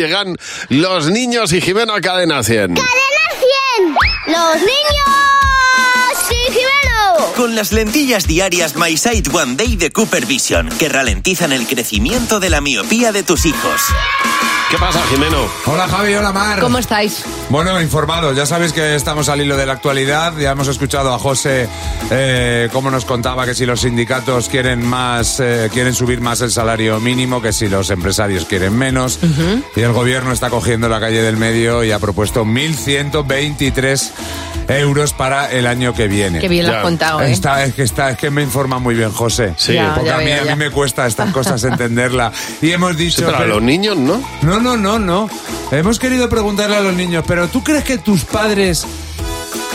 llegan los niños y Jimeno a Cadena 100. ¡Cadena 100! ¡Los niños! ¡Sí, Jimeno! Con las lentillas diarias My Sight One Day de Cooper Vision, que ralentizan el crecimiento de la miopía de tus hijos. ¿Qué pasa, Jimeno? Hola Javi, hola Mar. ¿Cómo estáis? Bueno, informados, ya sabéis que estamos al hilo de la actualidad, ya hemos escuchado a José eh, cómo nos contaba que si los sindicatos quieren más, eh, quieren subir más el salario mínimo, que si los empresarios quieren menos, y el gobierno está cogiendo la calle del medio y ha propuesto 1.123 euros para el año que viene. Qué bien lo Ya. has contado, ¿eh? Está, es que está, es que me informa muy bien José. Sí. Ya, Porque ya a, mí, veo, a mí ya. me cuesta estas cosas entenderla. Y hemos dicho. Sí, pero a pero- los niños, ¿no? no, no, no, no. Hemos querido preguntarle a los niños, pero ¿tú crees que tus padres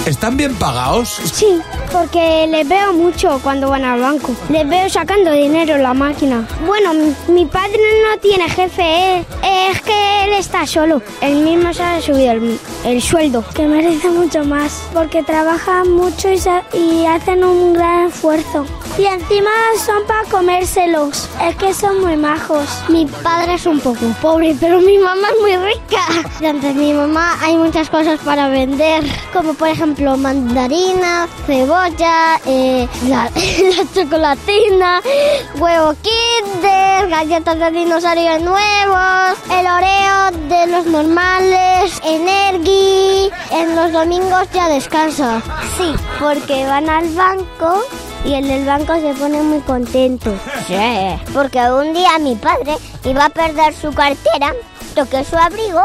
están bien pagados? Sí, porque les veo mucho cuando van al banco. Les veo sacando dinero en la máquina. Bueno, mi, mi padre no tiene jefe, eh. es que él está solo. Él mismo se ha subido el, el sueldo. Que merece mucho más, porque trabajan mucho y, hacen un gran esfuerzo. Y encima son para comérselos. Es que son muy majos. Mi padre es un poco pobre, pero mi mamá es muy rica. Durante mi mamá hay muchas cosas para vender, como por ejemplo mandarina, cebolla, eh, la, la chocolatina, huevo kinder, galletas de dinosaurios nuevos, el oreo de los normales, energy. En los domingos ya descansa. Sí, porque van al banco y el del banco se pone muy contento. Sí. Porque un día mi padre iba a perder su cartera, toqué su abrigo.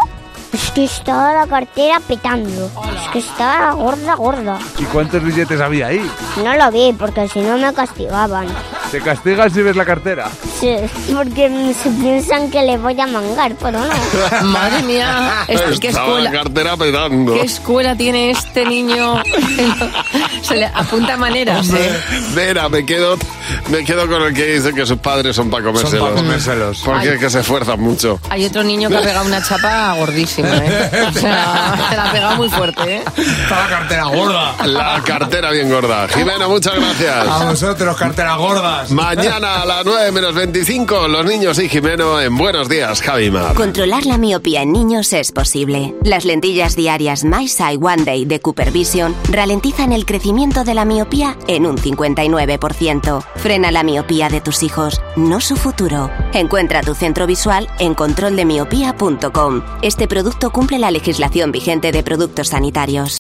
Es que estaba la cartera petando. Es que estaba gorda, gorda. ¿Y cuántos billetes había ahí? No lo vi porque si no me castigaban. Te castigas si ves la cartera. Sí, porque se piensan que le voy a mangar, pero no. Madre mía, es- qué Estaba la escuela. cartera petando. ¿Qué escuela tiene este niño? Se le apunta maneras, ¿eh? Vera, me quedo, me quedo con el que dice que sus padres son para comérselos. pa' comérselos. Porque es que se esfuerzan mucho. Hay otro niño que ha pegado una chapa gordísima, ¿eh? O sea, se la ha pegado muy fuerte, ¿eh? Está la cartera gorda. La cartera bien gorda. Jimena, muchas Ah. A gracias. vosotros, carteras gordas. Mañana a las 9 menos 25, los niños y Jimeno en Buenos Días, Javi Mar. Controlar la miopía en niños es posible. Las lentillas diarias My Sight One Day de Cooper Vision ralentizan el crecimiento de la miopía en un 59%. Frena la miopía de tus hijos, no su futuro. Encuentra tu centro visual en controldemiopía.com. Este producto cumple la legislación vigente de productos sanitarios.